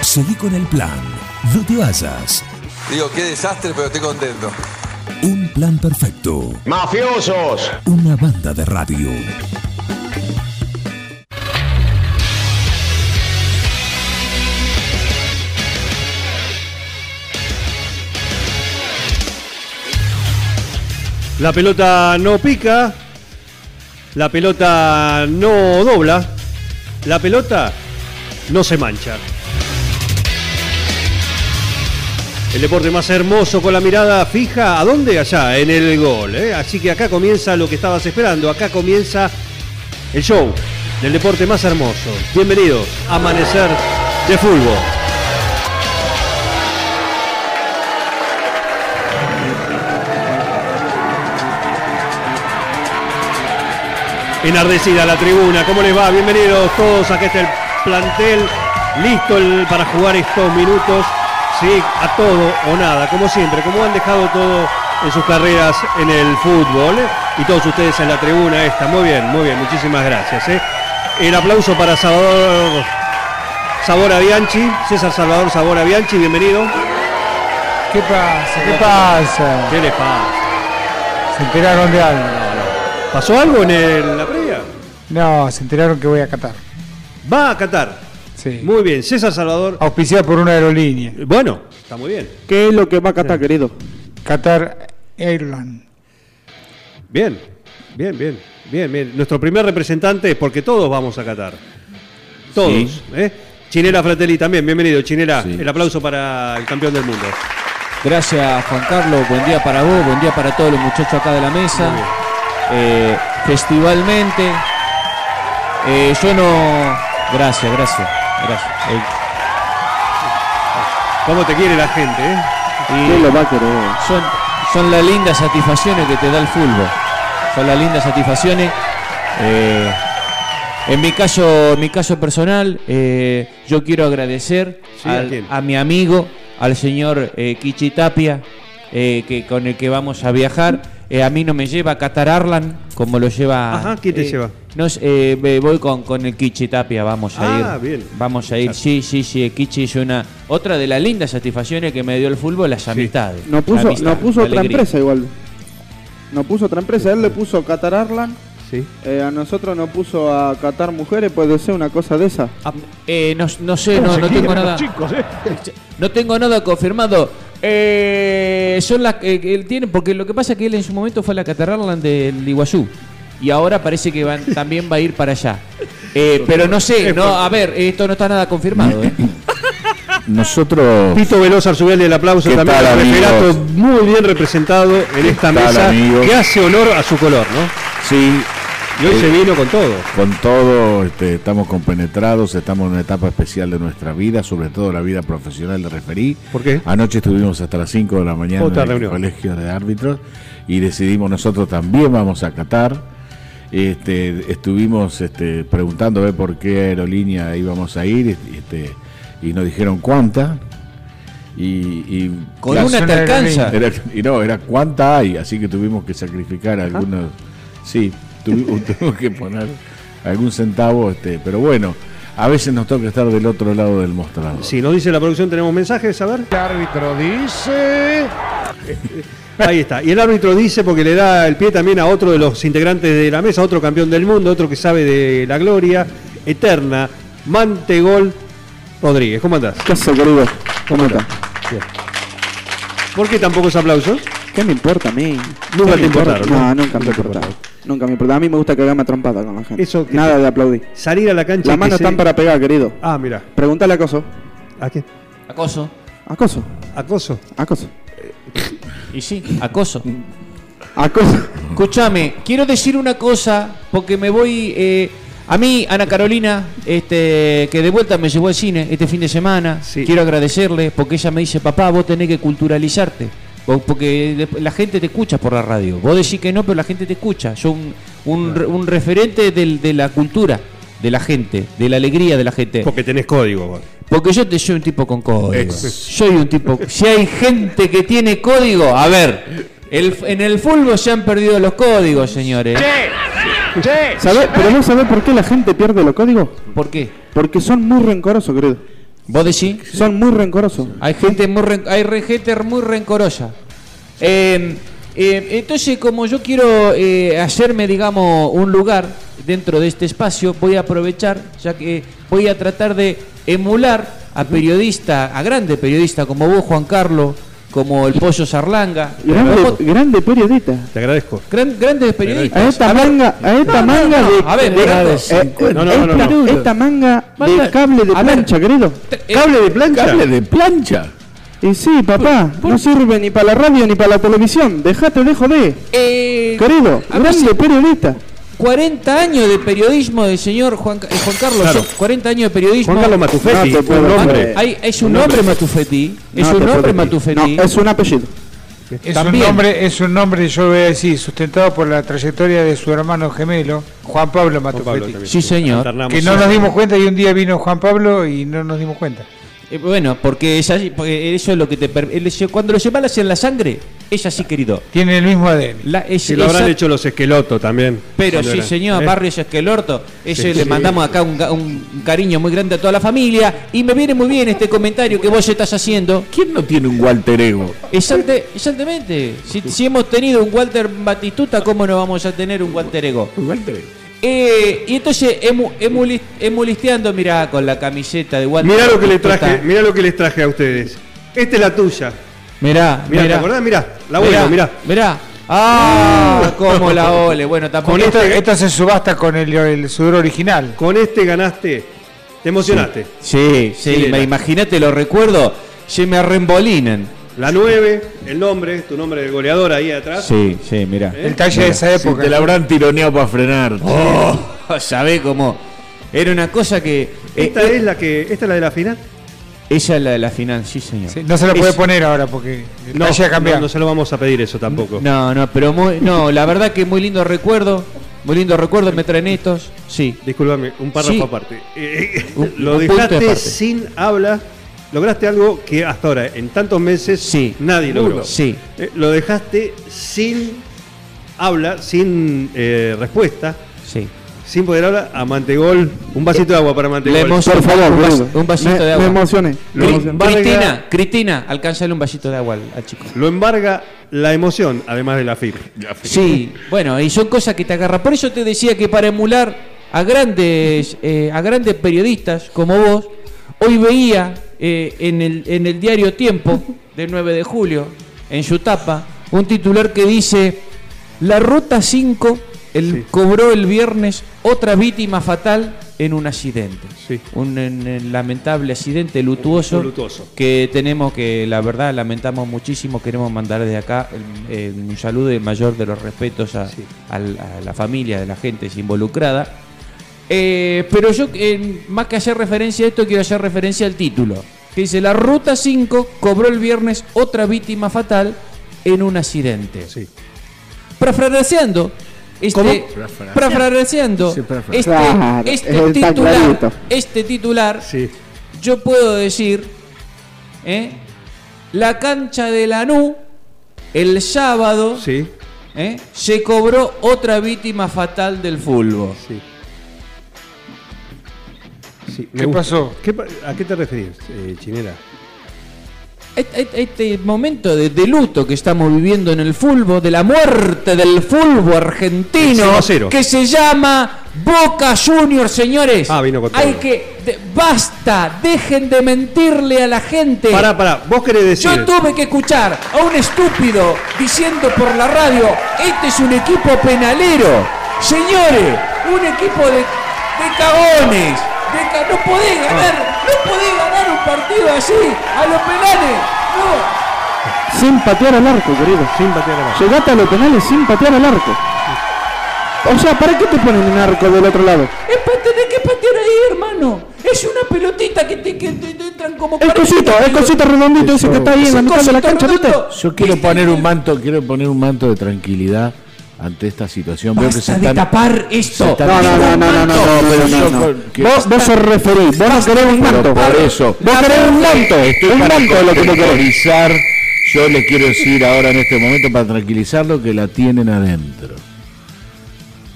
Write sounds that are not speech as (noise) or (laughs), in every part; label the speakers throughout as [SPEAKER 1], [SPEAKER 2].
[SPEAKER 1] Seguí con el plan. No te vayas.
[SPEAKER 2] Digo, qué desastre, pero estoy contento.
[SPEAKER 1] Un plan perfecto.
[SPEAKER 3] ¡Mafiosos!
[SPEAKER 1] Una banda de radio.
[SPEAKER 4] La pelota no pica, la pelota no dobla, la pelota no se mancha. El deporte más hermoso con la mirada fija, ¿a dónde? Allá, en el gol. ¿eh? Así que acá comienza lo que estabas esperando, acá comienza el show del deporte más hermoso. Bienvenidos a Amanecer de Fútbol. enardecida la tribuna. ¿Cómo les va? Bienvenidos todos. Acá está el plantel listo el- para jugar estos minutos. Sí, a todo o nada, como siempre, como han dejado todo en sus carreras en el fútbol. ¿eh? Y todos ustedes en la tribuna esta. Muy bien, muy bien. Muchísimas gracias. ¿eh? El aplauso para Salvador Sabora Bianchi, César Salvador Sabora Bianchi, bienvenido.
[SPEAKER 5] ¿Qué pasa?
[SPEAKER 4] ¿Qué
[SPEAKER 5] pasa?
[SPEAKER 4] ¿Qué les pasa?
[SPEAKER 5] Se enteraron de algo.
[SPEAKER 4] ¿Pasó algo en, el- la previa?
[SPEAKER 5] No, se enteraron que voy a Qatar.
[SPEAKER 4] Va a Qatar.
[SPEAKER 5] Sí.
[SPEAKER 4] Muy bien, César Salvador.
[SPEAKER 5] Auspiciado por una aerolínea.
[SPEAKER 4] Bueno, está muy bien.
[SPEAKER 6] ¿Qué es lo que va a catar, querido?
[SPEAKER 5] Qatar Airline.
[SPEAKER 4] Bien, bien, bien, bien, bien. Nuestro primer representante, porque todos vamos a Qatar. Todos. ¿eh? Chinela Fratelli también, bienvenido, Chinela. El aplauso para el campeón del mundo.
[SPEAKER 7] Gracias Juan Carlos, buen día para vos, buen día para todos los muchachos acá de la mesa. Eh, festivalmente, eh, yo no... Gracias, gracias, gracias. Eh,
[SPEAKER 4] ¿Cómo te quiere la gente? eh?
[SPEAKER 6] ¿Qué lo va a querer?
[SPEAKER 7] son, son las lindas satisfacciones que te da el fútbol. Son las lindas satisfacciones. Eh, en mi caso, en mi caso personal, eh, yo quiero agradecer
[SPEAKER 4] Sí, ¿a
[SPEAKER 7] al-
[SPEAKER 4] quién?
[SPEAKER 7] a mi amigo, al señor eh, Kichi Tapia, eh, que, con el que vamos a viajar. Eh, a mí no me lleva a Qatar Arlan, como lo lleva.
[SPEAKER 4] Ajá, ¿quién te
[SPEAKER 7] eh,
[SPEAKER 4] lleva?
[SPEAKER 7] No, sé, eh, me voy con, con el Kichi Tapia, vamos a ir.
[SPEAKER 4] Ah, bien.
[SPEAKER 7] Vamos a ir, sí, sí, sí. el Kichi es una. Otra de las lindas satisfacciones que me dio el fútbol, las amistades.
[SPEAKER 6] No puso,
[SPEAKER 7] La amistad,
[SPEAKER 6] no puso
[SPEAKER 7] la
[SPEAKER 6] otra
[SPEAKER 7] alegría.
[SPEAKER 6] empresa igual. No puso otra empresa. Él le puso Qatar Arlan.
[SPEAKER 4] Sí.
[SPEAKER 6] eh, a nosotros nos puso a Qatar Mujeres. Puede ser una cosa de esa.
[SPEAKER 7] Eh, no, no sé, no, no tengo nada.
[SPEAKER 5] eh.
[SPEAKER 7] No tengo nada confirmado. Eh, son las que que él tiene, porque lo que pasa es que él en su momento fue a la Catarrarland del Iguazú. Y ahora parece que van- también va a ir para allá. Eh, pero no sé, no, a ver, esto no está nada confirmado.
[SPEAKER 5] (coughs)
[SPEAKER 7] eh.
[SPEAKER 8] Nosotros,
[SPEAKER 4] Pito Veloz Arzubiel del aplauso
[SPEAKER 8] ¿Qué
[SPEAKER 4] también.
[SPEAKER 8] tal,
[SPEAKER 4] el referato
[SPEAKER 8] amigos?
[SPEAKER 4] muy bien representado en esta
[SPEAKER 8] tal,
[SPEAKER 4] mesa
[SPEAKER 8] amigos?
[SPEAKER 4] que hace honor a su color, ¿no?
[SPEAKER 8] sí,
[SPEAKER 4] Y hoy
[SPEAKER 8] Eh.
[SPEAKER 4] se vino con todo.
[SPEAKER 8] con todo, este, estamos compenetrados, estamos en una etapa especial de nuestra vida, sobre todo la vida profesional de referí.
[SPEAKER 4] ¿Por qué?
[SPEAKER 8] Anoche estuvimos hasta las 5 de la mañana
[SPEAKER 4] Otra
[SPEAKER 8] en el
[SPEAKER 4] reunión.
[SPEAKER 8] colegio de árbitros y decidimos nosotros también vamos a Qatar. Este, estuvimos este, preguntando a ver por qué aerolínea íbamos a ir este, y nos dijeron cuánta. Y, y
[SPEAKER 7] Con
[SPEAKER 8] la-
[SPEAKER 7] una te
[SPEAKER 5] zona de la
[SPEAKER 7] alcanza.
[SPEAKER 8] Era- y no, era cuánta hay, así que tuvimos que sacrificar algunos. Sí, tuvimos, (laughs) tuvimos que poner algún centavo, este, pero bueno, a veces nos toca estar del otro lado del mostrador.
[SPEAKER 4] Si nos dice la producción, tenemos mensajes, a ver.
[SPEAKER 5] El árbitro dice.
[SPEAKER 4] Ahí está. Y el árbitro dice, porque le da el pie también a otro de los integrantes de la mesa, otro campeón del mundo, otro que sabe de la gloria eterna, Mantegol Rodríguez. ¿Cómo andás?
[SPEAKER 6] ¿Qué hace, querido? ¿Cómo está?
[SPEAKER 4] ¿Por qué tan pocos aplausos?
[SPEAKER 6] ¿Qué me importa a mí?
[SPEAKER 4] Nunca
[SPEAKER 6] ¿Qué
[SPEAKER 4] te
[SPEAKER 6] me importa?
[SPEAKER 4] importaron, ¿no?
[SPEAKER 6] No, nunca me
[SPEAKER 4] Nunca te
[SPEAKER 6] importaba. Nunca me importaba. A mí me gusta cagarme a trompada con la gente.
[SPEAKER 4] Eso que
[SPEAKER 6] Nada
[SPEAKER 4] te-
[SPEAKER 6] de aplaudir.
[SPEAKER 4] Salir a la cancha.
[SPEAKER 6] Las
[SPEAKER 4] y que
[SPEAKER 6] manos
[SPEAKER 4] se-
[SPEAKER 6] están para pegar, querido.
[SPEAKER 4] Ah, mira.
[SPEAKER 6] Pregúntale a Acoso.
[SPEAKER 4] ¿A quién?
[SPEAKER 7] Acoso.
[SPEAKER 6] Acoso.
[SPEAKER 4] ¿Acoso?
[SPEAKER 6] Acoso.
[SPEAKER 7] Y sí, acoso.
[SPEAKER 6] Acoso.
[SPEAKER 7] Escúchame, quiero decir una cosa, porque me voy. eh, a mí, Ana Carolina, este, que de vuelta me llevó al cine este fin de semana,
[SPEAKER 4] Sí.
[SPEAKER 7] quiero agradecerle, porque ella me dice, papá, vos tenés que culturalizarte. vos- Porque de- la gente te escucha por la radio. Vos decís que no, pero la gente te escucha. Yo un, un re- un referente del- de la cultura, de la gente, de la alegría de la gente.
[SPEAKER 4] Porque tenés código vos.
[SPEAKER 7] Porque yo te soy un tipo con código. Soy un tipo. Si hay gente que tiene código, a ver. el- en el fútbol se han perdido los códigos, señores.
[SPEAKER 6] ¿Sabés? ¿Pero no sabés por qué la gente pierde los códigos?
[SPEAKER 7] ¿Por qué?
[SPEAKER 6] Porque son muy rencorosos, querido.
[SPEAKER 7] ¿Vos decís?
[SPEAKER 6] Son muy rencorosos.
[SPEAKER 7] Hay gente muy, ren- hay re- gente muy rencorosa. Eh, eh, entonces, como yo quiero eh, hacerme, digamos, un lugar dentro de este espacio, voy a aprovechar, ya que voy a tratar de emular a periodistas, a grandes periodistas como vos, Juan Carlos, como el Pollo Sarlanga,
[SPEAKER 6] Grande,
[SPEAKER 7] como-
[SPEAKER 6] gran periodista.
[SPEAKER 4] Te agradezco.
[SPEAKER 7] gran- grandes
[SPEAKER 6] A
[SPEAKER 7] periodistas.
[SPEAKER 6] esta manga, a esta manga
[SPEAKER 7] no,
[SPEAKER 6] de,
[SPEAKER 7] a ver,
[SPEAKER 6] de-
[SPEAKER 7] mira,
[SPEAKER 6] eh,
[SPEAKER 4] No, no, no, no.
[SPEAKER 6] esta- esta manga de
[SPEAKER 7] Manga-
[SPEAKER 6] cable de
[SPEAKER 7] a ver.
[SPEAKER 6] plancha, querido.
[SPEAKER 7] Eh,
[SPEAKER 8] ¿Cable de plancha? ¿Cable de plancha?
[SPEAKER 6] Y sí, papá, no sirve ni para la radio ni para la televisión. Dejate de joder,
[SPEAKER 7] eh,
[SPEAKER 6] querido.
[SPEAKER 7] a ver si-
[SPEAKER 6] Grande periodista.
[SPEAKER 7] 40 años de periodismo del señor Juan, Ca- eh, Juan Carlos.
[SPEAKER 4] Claro.
[SPEAKER 7] son 40 años de periodismo.
[SPEAKER 4] Juan Carlos Matufetti,
[SPEAKER 6] No te puedo
[SPEAKER 4] un
[SPEAKER 6] creer.
[SPEAKER 4] hombre.
[SPEAKER 7] Ay, es un nombre Matufetti. Es
[SPEAKER 6] No te
[SPEAKER 7] un nombre
[SPEAKER 6] puedo-
[SPEAKER 7] Matufetti.
[SPEAKER 6] No, es un apellido.
[SPEAKER 5] Es
[SPEAKER 7] También.
[SPEAKER 5] un nombre, es un nombre, yo voy a decir, sustentado por la trayectoria de su hermano gemelo, Juan Pablo
[SPEAKER 4] Juan Pablo
[SPEAKER 5] Matufetti.
[SPEAKER 4] también.
[SPEAKER 7] Sí, señor.
[SPEAKER 4] Alternamos.
[SPEAKER 5] que no nos dimos cuenta y un día vino Juan Pablo y no nos dimos cuenta.
[SPEAKER 7] Eh, bueno, porque, es así, porque eso es lo que te per- el- se- Cuando los llevas en la sangre, es así, querido.
[SPEAKER 5] Tiene el mismo ADN.
[SPEAKER 7] La, es-
[SPEAKER 4] Si lo
[SPEAKER 7] esa-
[SPEAKER 4] habrán hecho los esquelotos también.
[SPEAKER 7] Pero
[SPEAKER 4] Cuando
[SPEAKER 7] sí,
[SPEAKER 4] era-
[SPEAKER 7] señor,
[SPEAKER 4] ¿Eh?
[SPEAKER 7] Barrios Esquelorto. Eso le mandamos acá un, ga- un cariño muy grande a toda la familia. Y me viene muy bien este comentario que vos estás haciendo.
[SPEAKER 8] ¿Quién no tiene un Walter Ego?
[SPEAKER 7] Exacte- exactamente. Si, si hemos tenido un Walter Batistuta, ¿cómo no vamos a tener un Walter Ego?
[SPEAKER 8] Un Walter Ego.
[SPEAKER 7] Eh, y entonces, emu- emuli- emulisteando, mirá, con la camiseta de Walter
[SPEAKER 4] Mirá lo que le
[SPEAKER 7] Batistuta.
[SPEAKER 4] traje, mirá lo que les traje a ustedes. Esta es la tuya.
[SPEAKER 7] Mirá,
[SPEAKER 4] Mirá,
[SPEAKER 7] mirá.
[SPEAKER 4] ¿te acordás? Mirá, la vuelvo, mirá.
[SPEAKER 7] Mirá. Ah, cómo la ole. Bueno, tampoco.
[SPEAKER 5] Con esta, esta se subasta con el, el sudor original.
[SPEAKER 4] Con este ganaste. Te emocionaste.
[SPEAKER 7] Sí, sí,
[SPEAKER 4] Sí,
[SPEAKER 7] me
[SPEAKER 4] la-
[SPEAKER 7] imaginate, lo recuerdo. Se me arrembolinan.
[SPEAKER 4] La 9, el nombre, tu nombre del goleador ahí atrás.
[SPEAKER 7] Sí, sí, mirá.
[SPEAKER 5] El talle Eh, de esa
[SPEAKER 8] Si
[SPEAKER 5] época.
[SPEAKER 8] te la habrán tironeado para frenar.
[SPEAKER 7] (laughs)
[SPEAKER 6] Oh,
[SPEAKER 7] Sabés cómo. Era una cosa que. eh,
[SPEAKER 4] Esta es la que. ¿Esta es la de la final?
[SPEAKER 7] Esa es la de la final, sí, señor.
[SPEAKER 5] Sí, no se la puede
[SPEAKER 7] Es-
[SPEAKER 5] poner ahora porque el talle ha cambiado.
[SPEAKER 4] no, no se lo vamos a pedir eso tampoco.
[SPEAKER 7] No, no, pero muy, no, la verdad que muy lindo recuerdo, muy lindo recuerdo me traen estos, sí.
[SPEAKER 4] Disculpame, un párrafo
[SPEAKER 7] Sí.
[SPEAKER 4] aparte. Eh, eh,
[SPEAKER 7] Un-
[SPEAKER 4] lo
[SPEAKER 7] un punto
[SPEAKER 4] dejaste
[SPEAKER 7] aparte.
[SPEAKER 4] sin habla. Lograste algo que hasta ahora, en tantos meses,
[SPEAKER 7] Sí.
[SPEAKER 4] nadie logró.
[SPEAKER 7] Sí.
[SPEAKER 4] Eh, lo dejaste sin habla, sin eh, respuesta,
[SPEAKER 7] Sí.
[SPEAKER 4] sin poder hablar a Mantegol. Un vasito de agua para Mantegol.
[SPEAKER 7] La emoción,
[SPEAKER 6] Por favor,
[SPEAKER 7] un, vas-
[SPEAKER 6] querido.
[SPEAKER 7] un vasito
[SPEAKER 6] Me-
[SPEAKER 7] de agua.
[SPEAKER 6] Me emocioné.
[SPEAKER 4] Lo
[SPEAKER 7] Cri-
[SPEAKER 4] embarga-
[SPEAKER 7] Cristina, Cristina, alcánzale un vasito de agua al, al chico.
[SPEAKER 4] Lo embarga la emoción, además de la fibra.
[SPEAKER 7] Sí, bueno, y son cosas que te agarran. Por eso te decía que para emular a grandes, eh, a grandes periodistas como vos, hoy veía eh, en, el, en el diario Tiempo del 9 de julio, en su tapa, un titular que dice, la Ruta 5 el- cobró el viernes otra víctima fatal en un accidente.
[SPEAKER 4] Sí.
[SPEAKER 7] Un, en- en lamentable accidente lutuoso,
[SPEAKER 4] Lutuoso.
[SPEAKER 7] que tenemos que, la verdad, lamentamos muchísimo. Queremos mandar desde acá el- el- un saludo y el mayor de los respetos a, al- a la familia de la gente involucrada. Eh, pero yo, eh, más que hacer referencia a esto, quiero hacer referencia al título. Que dice, la Ruta 5 cobró el viernes otra víctima fatal en un accidente.
[SPEAKER 4] Sí.
[SPEAKER 7] Parafraseando, este, parafraseando
[SPEAKER 8] Sí, parafraseando.
[SPEAKER 7] este,
[SPEAKER 6] Claro,
[SPEAKER 7] este
[SPEAKER 6] está clarito.
[SPEAKER 7] titular, este titular,
[SPEAKER 4] Sí.
[SPEAKER 7] yo puedo decir, ¿eh? la cancha de Lanú, el sábado,
[SPEAKER 4] Sí.
[SPEAKER 7] ¿eh? se cobró otra víctima fatal del fútbol.
[SPEAKER 4] Sí. Sí, me
[SPEAKER 5] ¿Qué
[SPEAKER 4] gusta.
[SPEAKER 5] pasó?
[SPEAKER 4] ¿Qué pa- ¿A qué te referís, eh, Chinera?
[SPEAKER 7] Este, este- este momento de, de luto que estamos viviendo en el fútbol, de la muerte del fútbol
[SPEAKER 4] El
[SPEAKER 7] argentino,
[SPEAKER 4] 0 a 0.
[SPEAKER 7] que se llama Boca Juniors, señores.
[SPEAKER 4] Ah, vino con todo.
[SPEAKER 7] Hay que. de- basta, dejen de mentirle a la gente.
[SPEAKER 4] Pará, pará, vos querés decir.
[SPEAKER 7] Yo tuve que escuchar a un estúpido diciendo por la radio, este es un equipo penalero. Señores, un equipo de, de cagones. de ca- no podés ganar, no podés ganar un partido así, a los penales. No.
[SPEAKER 6] Sin patear al arco, querido.
[SPEAKER 4] Sin patear abajo.
[SPEAKER 6] Llegaste a los penales sin patear al arco. O sea, ¿para qué te ponen un arco del otro lado?
[SPEAKER 7] Es para tener que patear ahí, hermano. Es una pelotita que te, que te- te entran como...
[SPEAKER 6] El cosito, el cosito redondito ese que está ahí en la mitad de la cancha, ¿viste?
[SPEAKER 8] Yo quiero poner un manto, quiero poner un manto de tranquilidad ante esta situación. Veo que se
[SPEAKER 7] Basta de
[SPEAKER 8] están-
[SPEAKER 7] tapar esto.
[SPEAKER 8] están-
[SPEAKER 6] No, no, no, no, no, no, no, no, no, no.
[SPEAKER 8] Que-
[SPEAKER 6] Vos, vos sos referí, vos no querés un manto.
[SPEAKER 8] Pero por eso.
[SPEAKER 6] Vos querés un manto,
[SPEAKER 8] Estoy
[SPEAKER 6] un
[SPEAKER 8] para
[SPEAKER 6] manto es lo que te querés.
[SPEAKER 8] tranquilizar. Yo le quiero decir ahora en este momento para tranquilizarlo que la tienen adentro.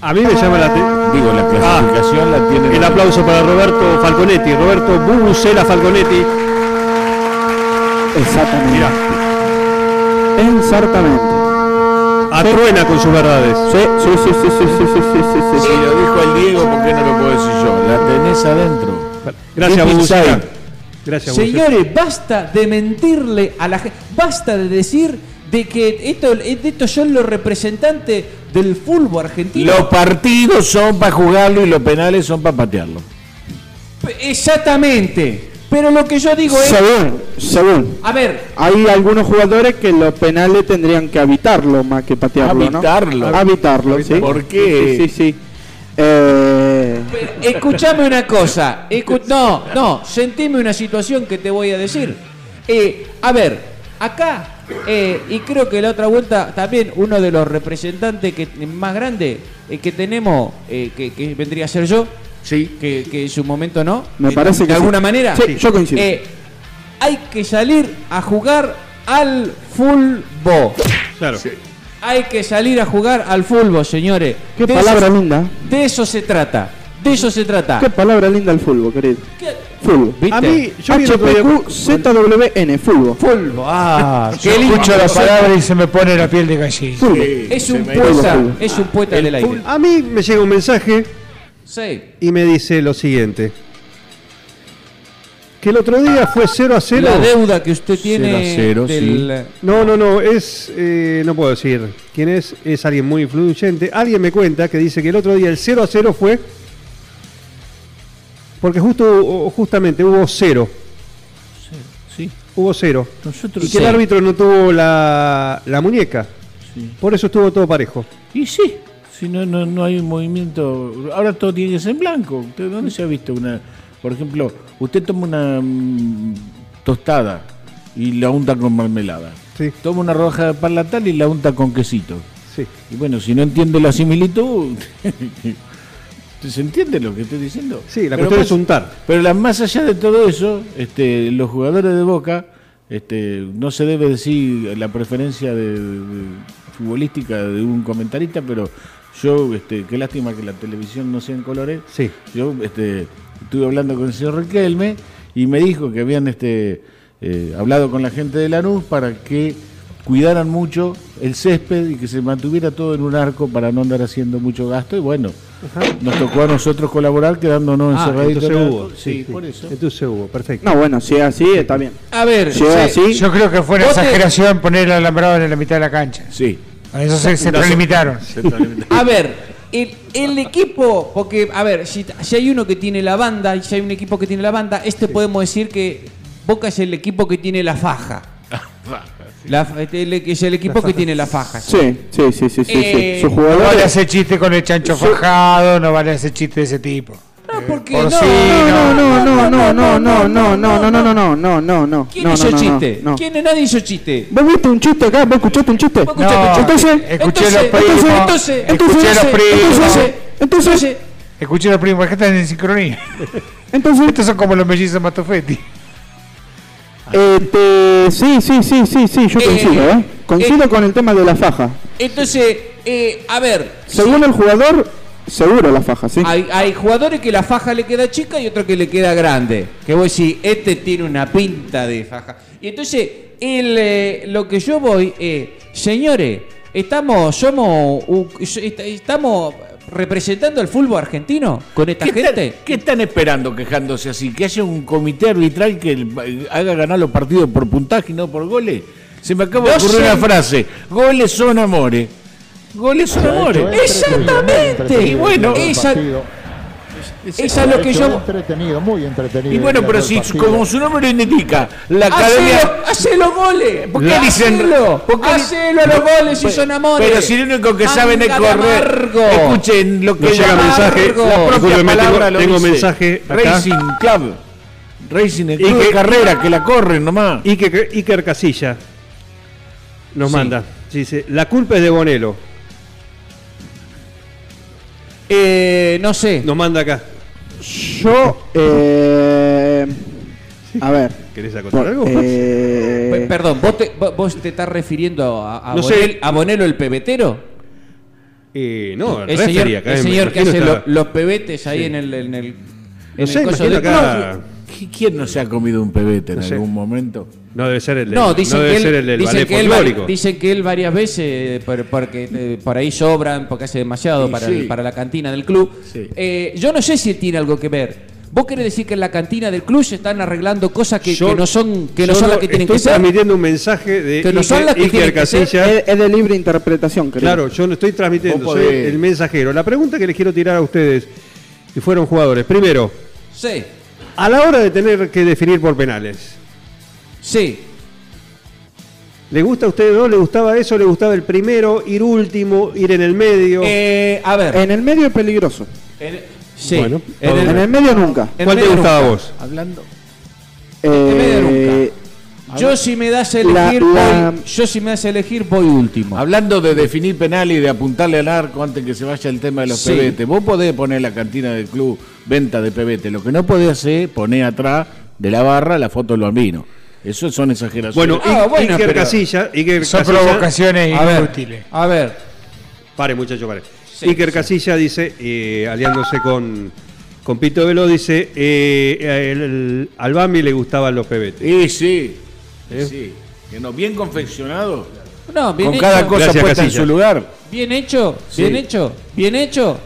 [SPEAKER 4] A mí me llama la atención.
[SPEAKER 8] Digo, la clasificación la
[SPEAKER 6] Ah,
[SPEAKER 8] tiene.
[SPEAKER 4] El aplauso para Roberto Falconetti, Roberto Bubucela Falconetti.
[SPEAKER 6] Exactamente.
[SPEAKER 4] Mirá,
[SPEAKER 6] Exactamente.
[SPEAKER 4] atruena Ah, con sus verdades.
[SPEAKER 6] Sí, sí, sí, sí, sí, sí, sí, sí, sí, sí.
[SPEAKER 8] Si lo dijo el Diego, ¿por qué no lo puedo decir yo? La tenés adentro.
[SPEAKER 4] Gracias,
[SPEAKER 8] Deep
[SPEAKER 4] Bubucela.
[SPEAKER 8] inside.
[SPEAKER 4] Gracias, Bubucela.
[SPEAKER 7] Señores, basta de mentirle a la gente, basta de decir de que esto, estos son los representantes del fútbol argentino.
[SPEAKER 8] Los partidos son para jugarlo y los penales son para patearlo.
[SPEAKER 7] P- Exactamente. Pero lo que yo digo es,
[SPEAKER 6] Según, según.
[SPEAKER 7] a ver,
[SPEAKER 6] Hay algunos jugadores que los penales tendrían que habitarlo más que patearlo, ¿no?
[SPEAKER 8] Habitarlo.
[SPEAKER 6] Habitarlo, sí.
[SPEAKER 8] ¿Por qué?
[SPEAKER 6] Sí, sí, sí. Eh,
[SPEAKER 7] pe- escuchame una cosa, escu- no, no, sentime una situación que te voy a decir. Eh, a ver, acá eh, y creo que la otra vuelta también uno de los representantes que más grande eh, que tenemos, eh, que, que vendría a ser yo,
[SPEAKER 8] Sí.
[SPEAKER 7] que, que en su momento no. eh,
[SPEAKER 6] Me
[SPEAKER 7] de-
[SPEAKER 6] parece
[SPEAKER 7] de
[SPEAKER 6] que sí.
[SPEAKER 7] alguna manera.
[SPEAKER 6] Sí, yo coincido.
[SPEAKER 7] Eh, hay que salir a jugar al fulbo.
[SPEAKER 4] Claro.
[SPEAKER 7] Hay que salir a jugar al fulbo, señores.
[SPEAKER 6] qué
[SPEAKER 7] De
[SPEAKER 6] palabra
[SPEAKER 7] eso-
[SPEAKER 6] linda.
[SPEAKER 7] De eso se trata. De eso se trata.
[SPEAKER 6] Qué palabra linda el fútbol, querido. Fútbol.
[SPEAKER 7] ¿Viste?
[SPEAKER 4] A mí, yo vi el otro día-
[SPEAKER 6] HPQZWN, fútbol.
[SPEAKER 7] Fulbo. (laughs) Ah, qué lindo.
[SPEAKER 5] Escucho la palabra y se me pone la piel de gallina.
[SPEAKER 6] Fútbol.
[SPEAKER 7] Es un
[SPEAKER 6] ha ido
[SPEAKER 7] poeta,
[SPEAKER 6] fulbo.
[SPEAKER 7] es un poeta del aire.
[SPEAKER 4] A mí me llega un mensaje
[SPEAKER 7] Sí.
[SPEAKER 4] y me dice lo siguiente. Que el otro día fue 0 a 0.
[SPEAKER 7] La deuda que usted tiene
[SPEAKER 8] Cero a cero,
[SPEAKER 7] del-
[SPEAKER 4] No, no, no, es. eh, no puedo decir quién es, es alguien muy influyente. Alguien me cuenta que dice que el otro día el 0 a 0 fue. Porque justo, o- justamente hubo cero.
[SPEAKER 8] Sí.
[SPEAKER 4] Hubo cero.
[SPEAKER 8] Nosotros.
[SPEAKER 4] Y que el
[SPEAKER 7] Sí.
[SPEAKER 4] árbitro no tuvo la, la muñeca. Por eso estuvo todo parejo.
[SPEAKER 8] Y sí, si no, no, no hay un movimiento. Ahora todo tiene que ser en blanco. ¿Usted ¿Dónde se ha visto una.? Por ejemplo, usted toma una mm, tostada y la unta con mermelada.
[SPEAKER 4] Sí,
[SPEAKER 8] Toma una roja de pan latal y la unta con quesito.
[SPEAKER 4] sí.
[SPEAKER 8] Y bueno, si no entiende la similitud. (laughs) ¿Se entiende lo que estoy diciendo?
[SPEAKER 4] Sí, la
[SPEAKER 8] Pero
[SPEAKER 4] cuestión
[SPEAKER 8] más-
[SPEAKER 4] es untar.
[SPEAKER 8] Pero la- más allá de todo eso, este, los jugadores de Boca, este, no se debe decir la preferencia de, de- futbolística de un comentarista, pero yo, este, qué lástima que la televisión no sea en colores.
[SPEAKER 4] Sí.
[SPEAKER 8] Yo este, estuve hablando con el señor Riquelme y me dijo que habían este, eh, hablado con la gente de Lanús para que cuidaran mucho el césped y que se mantuviera todo en un arco para no andar haciendo mucho gasto. Y bueno, nos tocó a nosotros colaborar quedándonos
[SPEAKER 7] Ah,
[SPEAKER 8] encerraditos.
[SPEAKER 4] Entonces
[SPEAKER 8] en el
[SPEAKER 4] hubo.
[SPEAKER 8] arco. Sí, por eso.
[SPEAKER 4] Entonces hubo, perfecto.
[SPEAKER 6] No, bueno, si es así, está bien.
[SPEAKER 7] A ver,
[SPEAKER 6] Si es
[SPEAKER 7] sí.
[SPEAKER 6] así,
[SPEAKER 5] Yo creo que fue una
[SPEAKER 7] Vos te-
[SPEAKER 5] exageración poner el alambrado en la mitad de la cancha.
[SPEAKER 8] Sí.
[SPEAKER 5] A eso se, se prelimitaron.
[SPEAKER 7] A ver, el, el equipo, porque, a ver, si, si hay uno que tiene la banda y si hay un equipo que tiene la banda, este podemos decir que Boca es el equipo que tiene la faja. La, fa- este, el- es el equipo que tiene la faja.
[SPEAKER 6] Sí, sí, sí, sí, sí.
[SPEAKER 7] Eh,
[SPEAKER 6] sí. Sus
[SPEAKER 5] No vale
[SPEAKER 6] jugadores.
[SPEAKER 5] hacer chiste con el chancho fajado, no vale hacer chiste de ese tipo.
[SPEAKER 6] Eh,
[SPEAKER 7] No, porque
[SPEAKER 5] Por
[SPEAKER 7] no,
[SPEAKER 5] sí,
[SPEAKER 6] No, no, no, no, no, no, no, no, no, no, no, no, no, no, no.
[SPEAKER 7] ¿Quién
[SPEAKER 6] no,
[SPEAKER 7] hizo
[SPEAKER 6] no, no,
[SPEAKER 7] chiste?
[SPEAKER 6] no.
[SPEAKER 7] ¿Quién? Nadie hizo chiste.
[SPEAKER 6] ¿Vos viste un chiste acá? ¿Vos escuchaste un chiste?
[SPEAKER 7] Vos escuchaste un chiste.
[SPEAKER 5] escuché los
[SPEAKER 6] Entonces,
[SPEAKER 7] entonces,
[SPEAKER 5] primos.
[SPEAKER 7] entonces,
[SPEAKER 5] escuché
[SPEAKER 6] entonces,
[SPEAKER 5] los primos.
[SPEAKER 6] entonces, entonces,
[SPEAKER 7] entonces,
[SPEAKER 5] Escuché los primos, que están en sincronía.
[SPEAKER 6] entonces,
[SPEAKER 5] Estos son como los mellizos Matofetti.
[SPEAKER 6] este, sí, sí, sí, sí, sí, yo
[SPEAKER 7] Eh,
[SPEAKER 6] coincido, ¿eh? Coincido
[SPEAKER 7] eh.
[SPEAKER 6] con el tema de la faja.
[SPEAKER 7] entonces, eh, a ver,
[SPEAKER 6] Según el jugador, seguro la faja, ¿sí?
[SPEAKER 7] Hay, hay jugadores que la faja le queda chica y otro que le queda grande. Que vos decís, este tiene una pinta de faja. Y entonces, el, eh, lo que yo voy, eh, señores, estamos, somos, un- est- estamos representando al fútbol argentino con esta
[SPEAKER 8] ¿Qué,
[SPEAKER 7] gente.
[SPEAKER 8] están, qué están esperando quejándose así? ¿Que haya un comité arbitral que el- haga ganar los partidos por puntaje y no por goles? Se me acaba de
[SPEAKER 7] No
[SPEAKER 8] ocurrir
[SPEAKER 7] sé.
[SPEAKER 8] una frase. Goles son amores. Goles son amores.
[SPEAKER 7] Exactamente.
[SPEAKER 8] Y bueno,
[SPEAKER 7] esa, esa es lo que yo.
[SPEAKER 3] Entretenido, muy entretenido.
[SPEAKER 8] Y bueno, pero si como su nombre lo indica, la
[SPEAKER 7] Hacelo,
[SPEAKER 8] academia...
[SPEAKER 7] hacelo goles.
[SPEAKER 8] ¿Por qué dicen-
[SPEAKER 7] Hacelo,
[SPEAKER 8] por qué di-
[SPEAKER 7] hacelo a los goles si son amores.
[SPEAKER 8] Pero si el único que saben es
[SPEAKER 7] Manga de
[SPEAKER 8] correr.
[SPEAKER 7] amargo.
[SPEAKER 8] Escuchen lo que
[SPEAKER 4] Nos llega
[SPEAKER 8] la-
[SPEAKER 4] mensaje.
[SPEAKER 8] la propia
[SPEAKER 4] Discúlpeme,
[SPEAKER 8] palabra
[SPEAKER 4] tengo-
[SPEAKER 8] lo
[SPEAKER 4] tengo
[SPEAKER 8] dice.
[SPEAKER 4] mensaje acá.
[SPEAKER 8] Racing Club. Racing el
[SPEAKER 4] Y
[SPEAKER 8] club de
[SPEAKER 4] que-
[SPEAKER 8] carrera, que la corren nomás.
[SPEAKER 4] Iker, Iker Casilla nos
[SPEAKER 8] Sí.
[SPEAKER 4] manda. Dice, la culpa es de Bonelo.
[SPEAKER 7] Eh, no sé.
[SPEAKER 4] Nos manda acá.
[SPEAKER 6] Yo, eh, a ver,
[SPEAKER 4] ¿Querés acotar algo?
[SPEAKER 7] Pe-
[SPEAKER 6] eh,
[SPEAKER 7] Perdón, ¿vos te, vo- vos te estás refiriendo a, a
[SPEAKER 4] No
[SPEAKER 7] Bonel-
[SPEAKER 4] sé.
[SPEAKER 7] a Bonelo el pebetero?
[SPEAKER 4] Eh, no, el,
[SPEAKER 7] El
[SPEAKER 4] referee
[SPEAKER 7] señor,
[SPEAKER 4] acá
[SPEAKER 7] el
[SPEAKER 4] me
[SPEAKER 7] señor que
[SPEAKER 4] imagino
[SPEAKER 7] hace
[SPEAKER 4] está-
[SPEAKER 7] lo- los pebetes ahí en el. En el en
[SPEAKER 4] No sé,
[SPEAKER 7] el coso
[SPEAKER 4] imagino
[SPEAKER 7] de-
[SPEAKER 4] acá.
[SPEAKER 8] ¿Qui- ¿Quién no se ha comido un pebete en
[SPEAKER 4] No sé.
[SPEAKER 8] algún momento?
[SPEAKER 4] No debe ser el del,
[SPEAKER 7] No, dicen,
[SPEAKER 4] no debe
[SPEAKER 7] que, él,
[SPEAKER 4] ser el del
[SPEAKER 7] dicen,
[SPEAKER 4] ballet
[SPEAKER 7] que él,
[SPEAKER 4] folclórico.
[SPEAKER 7] vari- dicen que él varias veces, eh, por, porque eh, por ahí sobran, porque hace demasiado
[SPEAKER 8] Y
[SPEAKER 7] para,
[SPEAKER 8] sí.
[SPEAKER 7] el- para la cantina del club.
[SPEAKER 8] Sí.
[SPEAKER 7] Eh, yo no sé si tiene algo que ver. ¿Vos querés decir que en la cantina del club se están arreglando cosas que,
[SPEAKER 4] Yo-
[SPEAKER 7] que no son, que no
[SPEAKER 4] yo
[SPEAKER 7] son las que tienen
[SPEAKER 4] estoy
[SPEAKER 7] que ser?
[SPEAKER 4] transmitiendo un mensaje de
[SPEAKER 7] Que no son
[SPEAKER 4] Iker-
[SPEAKER 7] las que
[SPEAKER 4] Iker
[SPEAKER 7] tienen que ser, eh,
[SPEAKER 4] Casillas.
[SPEAKER 6] Es, es de libre interpretación, creo.
[SPEAKER 4] Claro, yo no estoy transmitiendo,
[SPEAKER 8] Vos
[SPEAKER 4] soy
[SPEAKER 8] podés.
[SPEAKER 4] el mensajero. La pregunta que les quiero tirar a ustedes, que fueron jugadores. Primero,
[SPEAKER 7] Sí,
[SPEAKER 4] a la hora de tener que definir por penales,
[SPEAKER 7] sí.
[SPEAKER 4] ¿le gusta a ustedes dos? ¿Le gustaba eso? ¿Le gustaba el primero, ir último, ir en el medio?
[SPEAKER 7] Eh, a ver.
[SPEAKER 6] En el medio es peligroso.
[SPEAKER 7] en- sí.
[SPEAKER 4] Bueno,
[SPEAKER 7] en
[SPEAKER 4] todo
[SPEAKER 7] el-
[SPEAKER 6] En el medio nunca.
[SPEAKER 7] en
[SPEAKER 4] ¿Cuál te
[SPEAKER 7] medio
[SPEAKER 4] gustaba a
[SPEAKER 7] nunca.
[SPEAKER 4] vos?
[SPEAKER 8] Hablando.
[SPEAKER 6] Eh,
[SPEAKER 7] Yo si me das a
[SPEAKER 6] La-
[SPEAKER 7] elegir,
[SPEAKER 6] la-
[SPEAKER 7] voy, yo si me das a elegir, voy último.
[SPEAKER 8] Hablando de definir penal y de apuntarle al arco antes que se vaya el tema de los
[SPEAKER 7] Sí.
[SPEAKER 8] pebetes, vos podés poner la cantina del club venta de pebetes. Lo que no podés hacer, poner atrás de la barra la foto del bambino. Eso son exageraciones.
[SPEAKER 4] Bueno,
[SPEAKER 7] Ah,
[SPEAKER 4] I-
[SPEAKER 7] bueno,
[SPEAKER 4] Iker
[SPEAKER 7] pero-
[SPEAKER 4] Casillas, Iker
[SPEAKER 5] Son
[SPEAKER 4] Casillas-
[SPEAKER 5] provocaciones
[SPEAKER 7] a ver,
[SPEAKER 5] inútiles.
[SPEAKER 7] a ver.
[SPEAKER 4] Pare, muchacho, pare.
[SPEAKER 7] Sí,
[SPEAKER 4] Iker Casilla dice, eh, aliándose con, con Pito Velo, dice, eh, a él- el- al Bambi le gustaban los pebetes.
[SPEAKER 8] Y sí,
[SPEAKER 6] ¿Eh?
[SPEAKER 8] y sí. Que no, bien confeccionado,
[SPEAKER 7] No, bien
[SPEAKER 8] con
[SPEAKER 7] hecho.
[SPEAKER 8] cada cosa
[SPEAKER 4] Gracias,
[SPEAKER 8] puesta en
[SPEAKER 4] Casillas.
[SPEAKER 8] su lugar.
[SPEAKER 7] Bien hecho,
[SPEAKER 8] Sí.
[SPEAKER 7] bien hecho, bien hecho.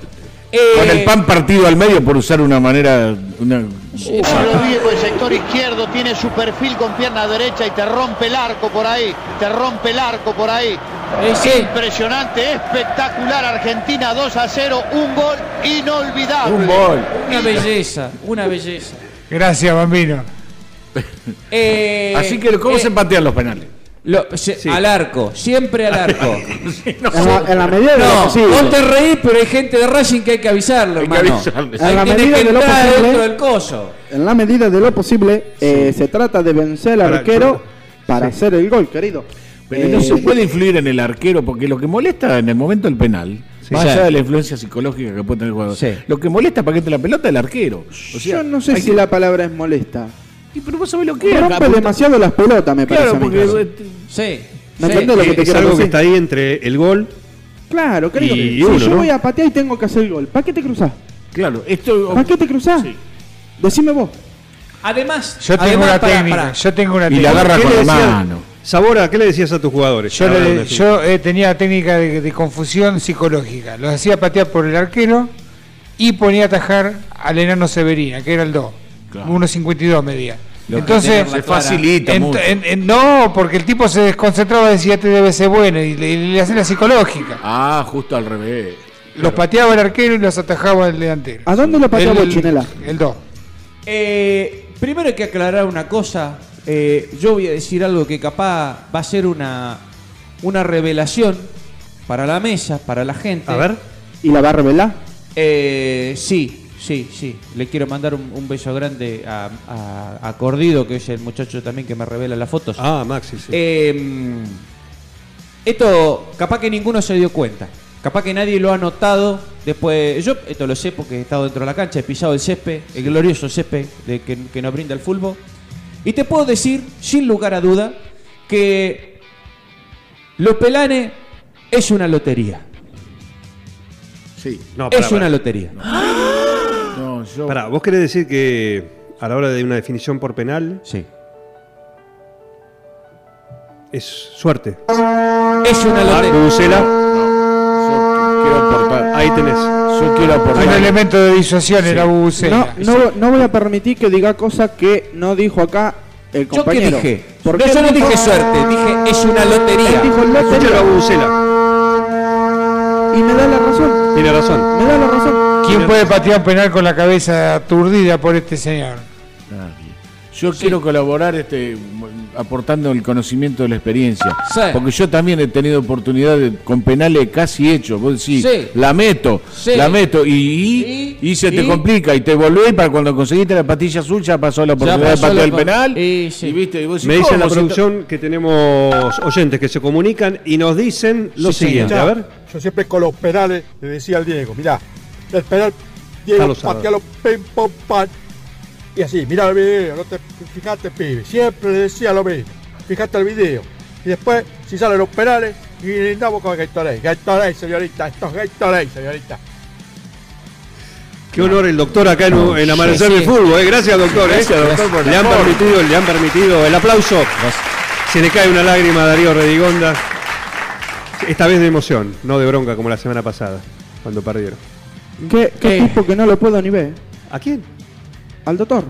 [SPEAKER 8] Con
[SPEAKER 7] Eh,
[SPEAKER 8] el pan partido al medio, por usar una manera. Una...
[SPEAKER 3] Diego, el sector izquierdo, tiene su perfil con pierna derecha y te rompe el arco por ahí, te rompe el arco por ahí.
[SPEAKER 7] eh, sí.
[SPEAKER 3] Impresionante, espectacular, Argentina 2 a 0, un gol inolvidable.
[SPEAKER 6] Eh,
[SPEAKER 8] Un gol.
[SPEAKER 7] Una belleza, una belleza.
[SPEAKER 5] Gracias, Bambino.
[SPEAKER 7] Eh,
[SPEAKER 8] Así que, ¿cómo
[SPEAKER 7] eh,
[SPEAKER 8] se patean los
[SPEAKER 6] (laughs)
[SPEAKER 8] penales?
[SPEAKER 7] lo- se- Al arco, siempre al
[SPEAKER 8] (laughs)
[SPEAKER 7] arco.
[SPEAKER 6] en, la, en la medida de lo
[SPEAKER 7] No,
[SPEAKER 6] posible.
[SPEAKER 7] vos te reís, pero hay gente de Racing que hay que avisarle,
[SPEAKER 8] Hay que
[SPEAKER 7] hermano.
[SPEAKER 8] avisarle.
[SPEAKER 7] Ahí
[SPEAKER 6] En la
[SPEAKER 7] tiene
[SPEAKER 6] medida
[SPEAKER 7] que
[SPEAKER 6] de lo
[SPEAKER 7] entrar
[SPEAKER 6] posible.
[SPEAKER 7] dentro
[SPEAKER 8] ¿eh?
[SPEAKER 7] del coso.
[SPEAKER 6] En la medida de lo posible, eh, se trata de vencer al
[SPEAKER 4] Para-
[SPEAKER 6] arquero para hacer el gol, querido.
[SPEAKER 8] Pero no
[SPEAKER 6] Eh,
[SPEAKER 8] se puede influir en el arquero, porque lo que molesta en el momento del penal, más
[SPEAKER 7] Sí.
[SPEAKER 8] allá de la influencia psicológica que puede tener el jugador,
[SPEAKER 7] Sí.
[SPEAKER 8] lo que molesta para que entre la pelota es el arquero. O sea,
[SPEAKER 6] yo no sé
[SPEAKER 8] hay
[SPEAKER 6] si
[SPEAKER 8] que-
[SPEAKER 6] la palabra es molesta.
[SPEAKER 8] Y, pero vos sabés lo que es.
[SPEAKER 6] Rompe
[SPEAKER 8] apunta-
[SPEAKER 6] demasiado las pelotas, me
[SPEAKER 8] Claro,
[SPEAKER 6] parece. a mí.
[SPEAKER 8] porque este,
[SPEAKER 7] Sí.
[SPEAKER 6] ¿Me
[SPEAKER 7] sí.
[SPEAKER 6] entendés lo que te
[SPEAKER 4] es
[SPEAKER 6] quiero
[SPEAKER 4] algo que
[SPEAKER 6] decir?
[SPEAKER 4] está ahí entre el gol.
[SPEAKER 6] Claro, querido.
[SPEAKER 4] Y
[SPEAKER 6] si
[SPEAKER 4] uno,
[SPEAKER 6] yo
[SPEAKER 4] ¿no?
[SPEAKER 6] voy a patear y tengo que hacer el gol, ¿para qué te cruzás?
[SPEAKER 8] claro, esto
[SPEAKER 6] ¿Para qué te cruzás?
[SPEAKER 8] Sí.
[SPEAKER 6] Decime vos.
[SPEAKER 7] Además,
[SPEAKER 5] Yo tengo
[SPEAKER 7] además
[SPEAKER 5] una
[SPEAKER 7] pará,
[SPEAKER 5] técnica.
[SPEAKER 7] pará.
[SPEAKER 5] Yo tengo una
[SPEAKER 8] Y la
[SPEAKER 5] técnica.
[SPEAKER 8] agarra
[SPEAKER 4] ¿Qué
[SPEAKER 8] con
[SPEAKER 4] le
[SPEAKER 8] la
[SPEAKER 4] decías-
[SPEAKER 8] mano.
[SPEAKER 4] Sabora, ¿qué le decías a tus jugadores?
[SPEAKER 5] Yo,
[SPEAKER 4] Ahora,
[SPEAKER 5] le-
[SPEAKER 4] ¿dónde
[SPEAKER 5] yo, eh, tenía técnica de, de confusión psicológica. Los hacía patear por el arquero y ponía a atajar al enano Severina, que era el 2.
[SPEAKER 8] Claro.
[SPEAKER 5] 1.52 medía.
[SPEAKER 8] Lo que
[SPEAKER 5] Entonces,
[SPEAKER 8] se facilita
[SPEAKER 5] ent-
[SPEAKER 8] mucho.
[SPEAKER 5] en- en- no, porque el tipo se desconcentraba y decía, este debe ser bueno, y le, y le hacía la psicológica.
[SPEAKER 8] Ah, justo al revés.
[SPEAKER 5] Los pateaba el arquero y los atajaba el delantero.
[SPEAKER 6] ¿A dónde lo Ah, pateaba
[SPEAKER 5] El-
[SPEAKER 6] Chinela?
[SPEAKER 5] El 2.
[SPEAKER 7] Eh, primero hay que aclarar una cosa. Eh, yo voy a decir algo que capaz va a ser una, una revelación para la mesa, para la gente.
[SPEAKER 4] A ver.
[SPEAKER 6] ¿Y la va a revelar?
[SPEAKER 7] Eh, sí, sí, sí. Le quiero mandar un, un beso grande a, a- a Cordido, que es el muchacho también que me revela las fotos.
[SPEAKER 4] Ah, Maxi, sí.
[SPEAKER 7] Eh, esto, capaz que ninguno se dio cuenta. Capaz que nadie lo ha notado. Después, yo esto lo sé porque he estado dentro de la cancha, he pisado el césped, el glorioso césped de que, que nos brinda el fútbol. Y te puedo decir, sin lugar a duda, que los pelanes es una lotería.
[SPEAKER 8] Sí.
[SPEAKER 4] no, pará,
[SPEAKER 7] es
[SPEAKER 4] pará.
[SPEAKER 7] una lotería.
[SPEAKER 8] No, yo.
[SPEAKER 4] Pará, ¿vos querés decir que a la hora de una definición por penal
[SPEAKER 7] Sí.
[SPEAKER 4] es suerte?
[SPEAKER 7] Es una
[SPEAKER 4] Marco
[SPEAKER 7] lotería.
[SPEAKER 4] Bucela,
[SPEAKER 8] yo quiero aportar.
[SPEAKER 4] ahí tenés.
[SPEAKER 8] Yo quiero
[SPEAKER 5] Hay
[SPEAKER 8] aportar.
[SPEAKER 5] un elemento de disuasión en la
[SPEAKER 6] No,
[SPEAKER 5] bubucela.
[SPEAKER 6] no, no voy a permitir que diga cosas que no dijo acá el
[SPEAKER 7] ¿Yo qué
[SPEAKER 6] compañero.
[SPEAKER 7] dije?
[SPEAKER 6] ¿Por
[SPEAKER 7] No,
[SPEAKER 6] qué
[SPEAKER 7] yo no
[SPEAKER 6] dijo-
[SPEAKER 7] dije suerte, dije es una
[SPEAKER 6] Él
[SPEAKER 7] lotería.
[SPEAKER 6] dijo el lote
[SPEAKER 4] Escuchalo a Bucela.
[SPEAKER 6] y me da la razón.
[SPEAKER 4] Tiene razón.
[SPEAKER 6] Me da la razón.
[SPEAKER 5] ¿Quién puede patear un penal con la cabeza aturdida por este señor?
[SPEAKER 8] Nadie. Yo quiero colaborar este, aportando el conocimiento de la experiencia.
[SPEAKER 7] Sí.
[SPEAKER 8] Porque yo también he tenido oportunidad de- con penales casi hechos. Vos decís,
[SPEAKER 7] Sí.
[SPEAKER 8] la meto,
[SPEAKER 7] Sí.
[SPEAKER 8] la meto, y, y,
[SPEAKER 7] Y-
[SPEAKER 8] y se
[SPEAKER 7] y-
[SPEAKER 8] te complica. Y te volvés para cuando conseguiste la pastilla azul, ya pasó la oportunidad de
[SPEAKER 7] pasó
[SPEAKER 8] patear
[SPEAKER 7] la
[SPEAKER 8] el
[SPEAKER 7] co-
[SPEAKER 8] penal.
[SPEAKER 7] Y sí.
[SPEAKER 8] Y viste, y vos decís,
[SPEAKER 4] Me dice
[SPEAKER 8] ¿cómo
[SPEAKER 4] la
[SPEAKER 8] si
[SPEAKER 4] producción que tenemos oyentes que se comunican y nos dicen lo
[SPEAKER 7] Sí, señor.
[SPEAKER 4] siguiente. A ver.
[SPEAKER 9] Yo siempre con los penales le decía al Diego, mirá, el penal, Diego,
[SPEAKER 4] Carlos
[SPEAKER 9] patealo,
[SPEAKER 4] Salvador.
[SPEAKER 9] pim, pom, pan. Y así, mirá el video, no te, fijate, pibe. Siempre le decía lo mismo, fijate el video. Y después, si salen los penales, Y brindamos con Gatorade. Gatorade, señorita. Esto es Gatorade, señorita.
[SPEAKER 4] Qué honor el doctor acá en, en Amanecer del Fútbol. eh. Gracias, doctor. eh. le, han permitido, le han permitido el aplauso. Se le cae una lágrima a Darío Redigonda. Esta vez de emoción, no de bronca como la semana pasada, cuando perdieron.
[SPEAKER 6] ¿Qué, qué
[SPEAKER 7] Eh.
[SPEAKER 6] tipo que no lo puedo ni ver?
[SPEAKER 4] ¿A quién?
[SPEAKER 6] ¿Al doctor?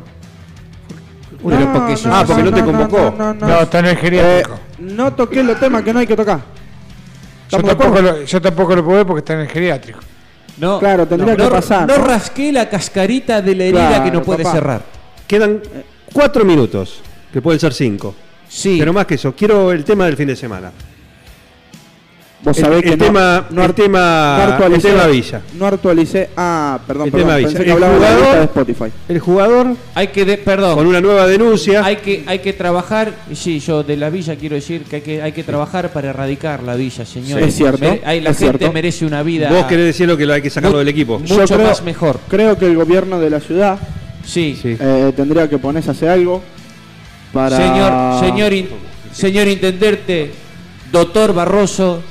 [SPEAKER 7] Pero porque es un-
[SPEAKER 4] Ah, porque no te convocó.
[SPEAKER 6] No, no, no.
[SPEAKER 5] No, está en el
[SPEAKER 6] Eh,
[SPEAKER 5] geriátrico.
[SPEAKER 6] no toqué los temas que no hay que tocar.
[SPEAKER 5] yo,
[SPEAKER 6] ¿estamos de
[SPEAKER 5] tampoco lo, yo tampoco lo puedo ver porque está en el geriátrico.
[SPEAKER 7] No,
[SPEAKER 6] Claro, tendría
[SPEAKER 7] no,
[SPEAKER 6] que
[SPEAKER 7] no-
[SPEAKER 6] pasar,
[SPEAKER 7] No
[SPEAKER 6] ¿no?
[SPEAKER 7] rasqué la cascarita de la herida
[SPEAKER 6] Claro,
[SPEAKER 7] que no puede
[SPEAKER 6] papá.
[SPEAKER 7] cerrar.
[SPEAKER 4] Quedan eh, cuatro minutos, que pueden ser cinco.
[SPEAKER 7] Sí.
[SPEAKER 4] Pero más que eso, quiero el tema del fin de semana.
[SPEAKER 6] Vos
[SPEAKER 4] El-
[SPEAKER 6] sabés
[SPEAKER 4] el
[SPEAKER 6] que no-
[SPEAKER 4] tema-
[SPEAKER 6] no
[SPEAKER 4] el
[SPEAKER 6] ar-
[SPEAKER 4] tema-
[SPEAKER 6] no actualicé-
[SPEAKER 4] el tema Villa.
[SPEAKER 6] No actualicé. Ah, perdón,
[SPEAKER 4] El
[SPEAKER 6] perdón.
[SPEAKER 4] tema
[SPEAKER 6] pensé
[SPEAKER 4] Villa.
[SPEAKER 6] que
[SPEAKER 4] El
[SPEAKER 6] hablaba de la
[SPEAKER 4] jugador-
[SPEAKER 6] lista de Spotify.
[SPEAKER 4] El jugador,
[SPEAKER 7] Hay que, de-
[SPEAKER 4] con
[SPEAKER 7] perdón,
[SPEAKER 4] una nueva denuncia.
[SPEAKER 7] Oh. hay que, hay que trabajar, y sí, yo de la villa quiero decir que hay que, hay que trabajar para erradicar la villa, señor.
[SPEAKER 6] Sí, es cierto,
[SPEAKER 7] la
[SPEAKER 6] es
[SPEAKER 7] gente
[SPEAKER 6] cierto.
[SPEAKER 7] merece una vida.
[SPEAKER 4] Vos querés decir lo que lo hay que sacarlo
[SPEAKER 7] Mu-
[SPEAKER 4] del equipo.
[SPEAKER 7] mu- Mucho más mejor.
[SPEAKER 6] Creo que el gobierno de la ciudad
[SPEAKER 7] Sí.
[SPEAKER 4] Sí.
[SPEAKER 6] eh, tendría que ponerse a hacer algo para.
[SPEAKER 7] Señor, señor, in- señor intendente, doctor Barroso,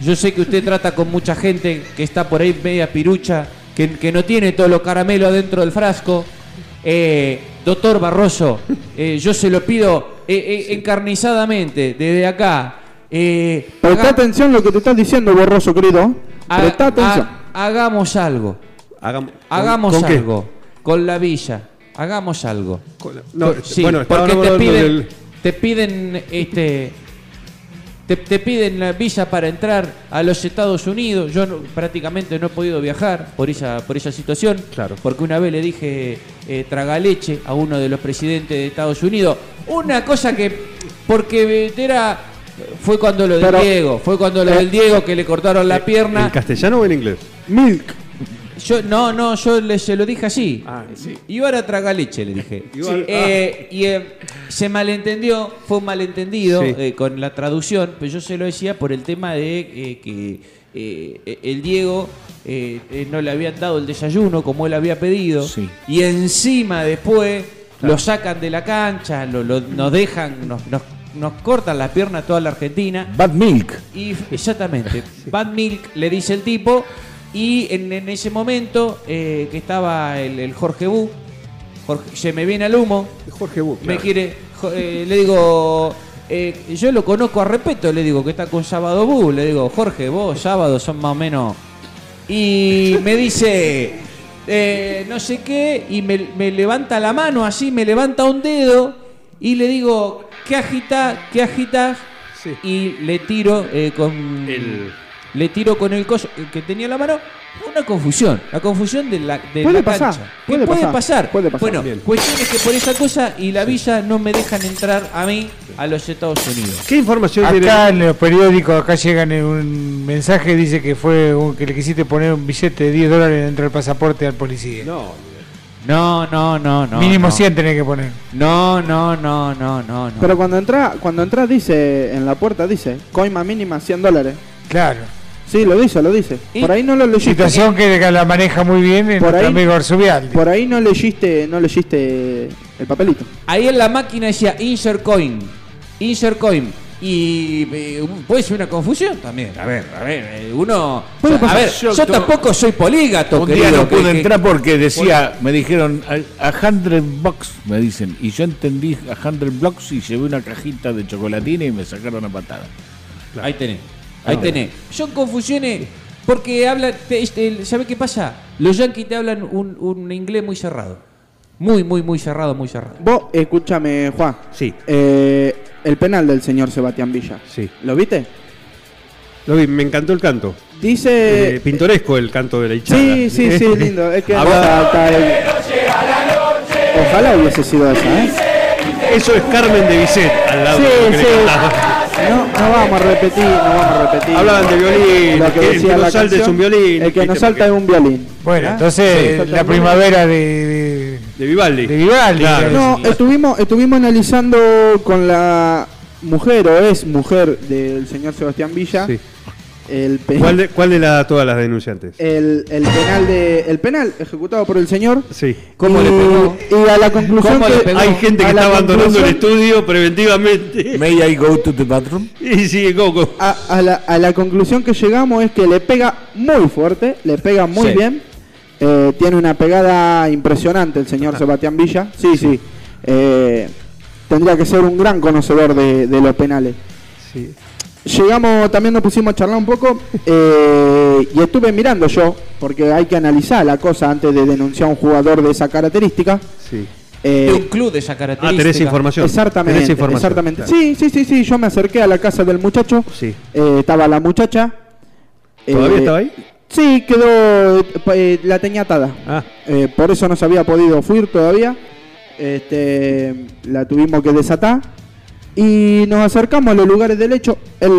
[SPEAKER 7] yo sé que usted trata con mucha gente que está por ahí media pirucha, que, que no tiene todo lo caramelo adentro del frasco. Eh, doctor Barroso, eh, yo se lo pido eh, eh, encarnizadamente desde acá. eh,
[SPEAKER 6] Presta
[SPEAKER 7] haga- Ah,
[SPEAKER 6] atención lo que te estás diciendo, borroso, querido.
[SPEAKER 7] ha-
[SPEAKER 6] Presta atención.
[SPEAKER 7] ha- hagamos algo,
[SPEAKER 4] Hagam- ¿con-
[SPEAKER 7] hagamos
[SPEAKER 4] ¿con qué?
[SPEAKER 7] algo con la villa, hagamos algo.
[SPEAKER 4] Con- no,
[SPEAKER 7] Sí,
[SPEAKER 4] bueno, estábamos
[SPEAKER 7] porque te
[SPEAKER 4] hablando
[SPEAKER 7] piden,
[SPEAKER 4] del-
[SPEAKER 7] te piden, este, te, te piden la visa para entrar a los Estados Unidos. Yo no- prácticamente no he podido viajar por esa, por esa situación,
[SPEAKER 4] Claro.
[SPEAKER 7] porque una vez le dije eh, tragaleche a uno de los presidentes de Estados Unidos. Una cosa que, porque era, fue cuando lo del
[SPEAKER 6] Pero-
[SPEAKER 7] Diego, fue cuando lo
[SPEAKER 6] Eh,
[SPEAKER 7] del Diego que le cortaron la pierna.
[SPEAKER 4] ¿En castellano o en inglés?
[SPEAKER 6] Milk.
[SPEAKER 7] Yo, no, no, yo le, se lo dije así. Y ahora traga leche, le dije.
[SPEAKER 4] Ibar-
[SPEAKER 7] Eh, y eh, se malentendió, fue un malentendido
[SPEAKER 4] Sí.
[SPEAKER 7] eh, con la traducción, pero yo se lo decía por el tema de eh, que eh, eh, el Diego eh, eh, no le habían dado el desayuno como él había pedido.
[SPEAKER 8] Sí.
[SPEAKER 7] Y encima después lo sacan de la cancha, lo, lo- nos dejan, nos, nos, nos cortan las piernas a toda la Argentina.
[SPEAKER 8] Bad Milk.
[SPEAKER 7] Y exactamente, Bad Milk le dice el tipo. Y en, en ese momento eh, que estaba el, el Jorge Bu, Jorge- se me viene al humo,
[SPEAKER 4] Jorge Buch.
[SPEAKER 7] me quiere, jo- eh, le digo, eh, yo lo conozco a respeto, le digo que está con Sábado Bu, le digo, Jorge, vos sábado son más o menos. Y me dice, eh, no sé qué, y me, me levanta la mano así, me levanta un dedo, y le digo, ¿qué agita? ¿Qué agitas?
[SPEAKER 4] Sí.
[SPEAKER 7] Y le tiro eh, con.
[SPEAKER 4] El-
[SPEAKER 7] Le tiro con el coso eh, que tenía en la mano. Una confusión. La confusión de la, de
[SPEAKER 6] Puede
[SPEAKER 7] la
[SPEAKER 6] pasar,
[SPEAKER 7] cancha. Que
[SPEAKER 6] puede
[SPEAKER 7] puede
[SPEAKER 6] pasar,
[SPEAKER 7] pasar.
[SPEAKER 6] puede pasar.
[SPEAKER 7] Bueno,
[SPEAKER 4] Bien.
[SPEAKER 7] cuestión es que por esa cosa y la villa no me dejan entrar a mí a los Estados Unidos.
[SPEAKER 4] ¿Qué información
[SPEAKER 5] Acá
[SPEAKER 4] tiene?
[SPEAKER 5] en los periódicos, acá llegan en un mensaje, dice que fue un- que le quisiste poner un billete de 10 dólares dentro del pasaporte al policía.
[SPEAKER 4] No,
[SPEAKER 7] No, no, no, no.
[SPEAKER 5] Mínimo
[SPEAKER 7] no.
[SPEAKER 5] 100 tenés que poner.
[SPEAKER 7] No, no, no, no, no. no.
[SPEAKER 6] Pero cuando entra, cuando entra dice, en la puerta dice, coima mínima 100 dólares.
[SPEAKER 5] Claro.
[SPEAKER 6] Sí, lo dice, lo dice.
[SPEAKER 7] Y-
[SPEAKER 6] Por ahí no lo leíste.
[SPEAKER 5] Situación que la maneja muy bien el
[SPEAKER 6] Por
[SPEAKER 5] nuestro
[SPEAKER 6] ahí-
[SPEAKER 5] amigo Arzubial.
[SPEAKER 6] Por ahí no leíste, no leíste el papelito.
[SPEAKER 7] Ahí en la máquina decía insert coin. Insert coin. Y eh, puede ser una confusión también. A ver, a ver, eh, uno.
[SPEAKER 6] Puede
[SPEAKER 7] o sea, a
[SPEAKER 6] pasar.
[SPEAKER 7] ver, yo,
[SPEAKER 8] Yo to-
[SPEAKER 7] tampoco soy polígato,
[SPEAKER 8] Un día
[SPEAKER 7] querido,
[SPEAKER 8] no
[SPEAKER 7] que-
[SPEAKER 8] pude
[SPEAKER 7] que-
[SPEAKER 8] entrar porque decía, me dijeron, a, a 100 bucks, me dicen. Y yo entendí a 100 blocks y llevé una cajita de chocolatina y me sacaron a patada.
[SPEAKER 7] Ahí tenés. Ahí tenés. Son confusiones porque habla. te- este, ¿Sabe qué pasa? Los yanquis te hablan un, un inglés muy cerrado. Muy, muy, muy cerrado, muy cerrado.
[SPEAKER 6] Vos, escúchame, Juan.
[SPEAKER 4] Sí.
[SPEAKER 6] Eh, el penal del señor Sebastián Villa.
[SPEAKER 4] Sí.
[SPEAKER 6] ¿Lo viste?
[SPEAKER 4] lo vi, me encantó el canto.
[SPEAKER 6] Dice.
[SPEAKER 4] Eh, pintoresco el canto de la hinchada. Eh,
[SPEAKER 6] sí, sí, sí,
[SPEAKER 4] (laughs)
[SPEAKER 6] lindo. Es que
[SPEAKER 4] Habla-
[SPEAKER 6] está- está el- Ojalá hubiese sido esa, ¿eh?
[SPEAKER 4] Eso es Carmen de Bizet al lado
[SPEAKER 6] Sí,
[SPEAKER 4] de lo que le
[SPEAKER 6] sí.
[SPEAKER 4] cantaba.
[SPEAKER 6] No, no vamos a repetir, no vamos a repetir.
[SPEAKER 4] Hablaban de violín,
[SPEAKER 6] Lo que
[SPEAKER 4] que el
[SPEAKER 6] decía
[SPEAKER 4] que
[SPEAKER 6] la
[SPEAKER 4] nos salte es
[SPEAKER 6] canción,
[SPEAKER 4] un violín,
[SPEAKER 6] El que
[SPEAKER 4] ¿viste?
[SPEAKER 6] nos salta es un violín.
[SPEAKER 5] Bueno, entonces
[SPEAKER 6] Sí.
[SPEAKER 5] la primavera de,
[SPEAKER 4] De Vivaldi.
[SPEAKER 5] De Vivaldi,
[SPEAKER 4] Claro.
[SPEAKER 5] claro.
[SPEAKER 6] No, estuvimos, estuvimos analizando con la mujer o es mujer del señor Sebastián Villa.
[SPEAKER 4] Sí.
[SPEAKER 6] El, pe-
[SPEAKER 4] ¿Cuál de, cuál de la- todas las denunciantes?
[SPEAKER 6] el, el penal de el penal ejecutado por el señor.
[SPEAKER 4] Sí.
[SPEAKER 7] ¿Cómo
[SPEAKER 6] y,
[SPEAKER 7] le pegó?
[SPEAKER 6] Y a la conclusión
[SPEAKER 7] ¿Cómo le
[SPEAKER 6] que
[SPEAKER 7] pegó?
[SPEAKER 4] Hay gente que
[SPEAKER 6] a la
[SPEAKER 4] está abandonando el
[SPEAKER 6] conclusión-
[SPEAKER 4] estudio
[SPEAKER 8] (laughs)
[SPEAKER 4] preventivamente.
[SPEAKER 8] May I go to the bathroom?
[SPEAKER 4] Y sigue Coco.
[SPEAKER 6] a, a la, a la conclusión que llegamos es que le pega muy fuerte, le pega muy
[SPEAKER 7] Sí.
[SPEAKER 6] bien. Eh, tiene una pegada impresionante el señor Sebastián Villa. Sí, sí. Eh, tendría que ser un gran conocedor de, de los penales. Llegamos, también nos pusimos a charlar un poco eh, y estuve mirando yo, porque hay que analizar la cosa antes de denunciar a un jugador de esa característica.
[SPEAKER 4] Sí.
[SPEAKER 6] Eh,
[SPEAKER 7] De un club de esa
[SPEAKER 4] Ah,
[SPEAKER 7] característica.
[SPEAKER 4] tenés información.
[SPEAKER 6] Exactamente.
[SPEAKER 4] Tenés información.
[SPEAKER 6] exactamente.
[SPEAKER 4] Claro.
[SPEAKER 6] Sí, sí, sí, sí. Yo me acerqué a la casa del muchacho.
[SPEAKER 4] Sí.
[SPEAKER 6] Eh, estaba la muchacha.
[SPEAKER 4] ¿Todavía
[SPEAKER 6] Eh,
[SPEAKER 4] estaba ahí?
[SPEAKER 6] Sí, quedó. eh, pa- eh, la tenía atada.
[SPEAKER 4] Ah.
[SPEAKER 6] Eh, por eso no se había podido fuir todavía. Este, la tuvimos que desatar. Y nos acercamos a los lugares del hecho. Él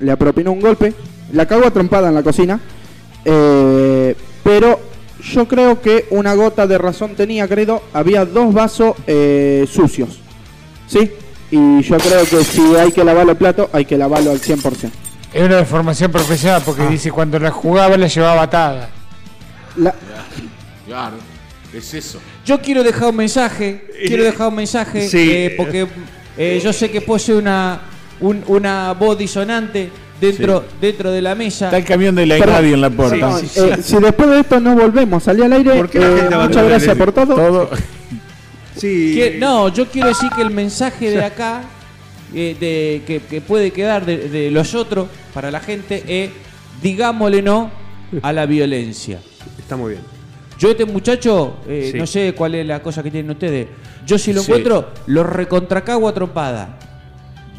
[SPEAKER 6] le, le apropinó un golpe. La cagó a trompada en la cocina. Eh, pero yo creo que una gota de razón tenía, credo. Había dos vasos eh, sucios. ¿Sí? Y yo creo que si hay que lavar los platos, hay que lavarlo al 100%.
[SPEAKER 5] Es una deformación profesional porque
[SPEAKER 6] Ah.
[SPEAKER 5] dice cuando la jugaba la llevaba atada.
[SPEAKER 6] La-
[SPEAKER 8] Claro, es eso.
[SPEAKER 7] Yo quiero dejar un mensaje, quiero dejar un mensaje,
[SPEAKER 4] Sí.
[SPEAKER 7] eh, porque eh, yo sé que posee una, un- una voz disonante dentro, dentro de la mesa.
[SPEAKER 8] Está el camión de la
[SPEAKER 6] Perdón.
[SPEAKER 8] Inadi en la puerta.
[SPEAKER 6] Perdón, eh, si después de esto no volvemos, salí al aire.
[SPEAKER 4] ¿Por qué la
[SPEAKER 6] eh,
[SPEAKER 4] gente abandona
[SPEAKER 6] muchas
[SPEAKER 4] el
[SPEAKER 6] gracias
[SPEAKER 4] aire?
[SPEAKER 6] por todo.
[SPEAKER 8] Todo.
[SPEAKER 4] Sí.
[SPEAKER 7] Que- no, yo quiero decir que el mensaje de acá, eh, de, que, que puede quedar de, de los otros para la gente, es digámosle no a la violencia.
[SPEAKER 4] Está muy bien.
[SPEAKER 7] Yo este muchacho, eh,
[SPEAKER 4] Sí.
[SPEAKER 7] no sé cuál es la cosa que tienen ustedes, yo si lo encuentro, lo recontracago a trompada.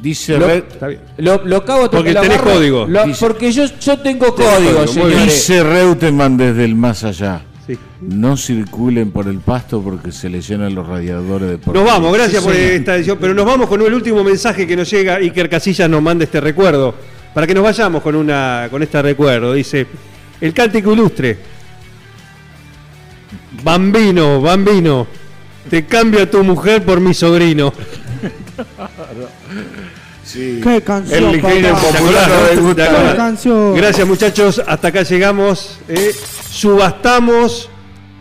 [SPEAKER 8] Dice
[SPEAKER 7] Lo-
[SPEAKER 8] Red,
[SPEAKER 4] Está bien.
[SPEAKER 7] Lo, lo cago a
[SPEAKER 4] Porque
[SPEAKER 7] lo
[SPEAKER 4] tenés
[SPEAKER 7] agarro,
[SPEAKER 4] código.
[SPEAKER 7] lo-
[SPEAKER 8] Dice.
[SPEAKER 7] porque yo, yo tengo código,
[SPEAKER 4] código, muy bien.
[SPEAKER 7] señores.
[SPEAKER 8] dice Reutemann desde el más allá.
[SPEAKER 4] Sí.
[SPEAKER 8] No circulen por el pasto porque se le llenan los radiadores de por
[SPEAKER 4] Nos vamos, gracias por esta edición. Pero nos vamos con el último mensaje que nos llega. Iker Casillas nos manda este recuerdo. Para que nos vayamos con, una, con este recuerdo. Dice: El cántico ilustre. Bambino, bambino. Te cambio a tu mujer por mi
[SPEAKER 8] (laughs)
[SPEAKER 4] sobrino.
[SPEAKER 6] Qué canción.
[SPEAKER 8] El ingenio
[SPEAKER 6] papá.
[SPEAKER 4] ¿Te
[SPEAKER 8] popular
[SPEAKER 4] acordás,
[SPEAKER 8] no
[SPEAKER 4] no?
[SPEAKER 8] le gusta.
[SPEAKER 4] ¿Te acordás?
[SPEAKER 6] Qué canción.
[SPEAKER 4] Gracias, muchachos. Hasta acá llegamos. eh. Subastamos.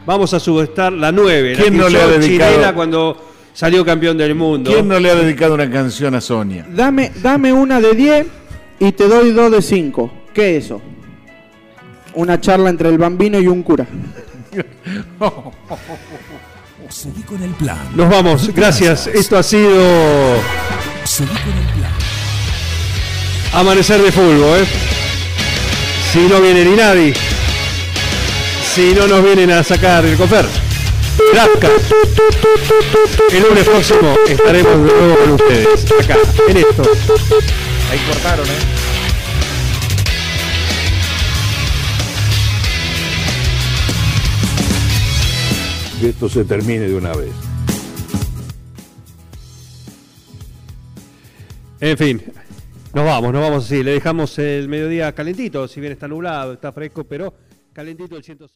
[SPEAKER 4] Vamos a subastar la 9. la
[SPEAKER 8] ¿Quién
[SPEAKER 4] que
[SPEAKER 8] no le
[SPEAKER 4] usó
[SPEAKER 8] ha dedicado?
[SPEAKER 4] Chilena cuando salió campeón del mundo.
[SPEAKER 8] ¿Quién no le ha dedicado una canción a Sonia?
[SPEAKER 6] Dame, dame una de 10 y te doy dos de 5. ¿Qué es eso? Una charla entre el bambino y un cura.
[SPEAKER 1] Seguí con el plan.
[SPEAKER 4] Nos vamos. Gracias. Esto ha sido.
[SPEAKER 1] Seguí con el plan.
[SPEAKER 4] Amanecer de fútbol, ¿eh? Si no viene ni nadie. Si no nos vienen a sacar el cofer. Gracias. El lunes próximo estaremos de nuevo con ustedes. Acá, en esto.
[SPEAKER 8] Ahí cortaron, ¿eh?
[SPEAKER 10] que esto se termine de una vez.
[SPEAKER 4] En fin. Nos vamos, nos vamos así. Le dejamos el mediodía calentito. Si bien está nublado, está fresco, pero calentito el 106.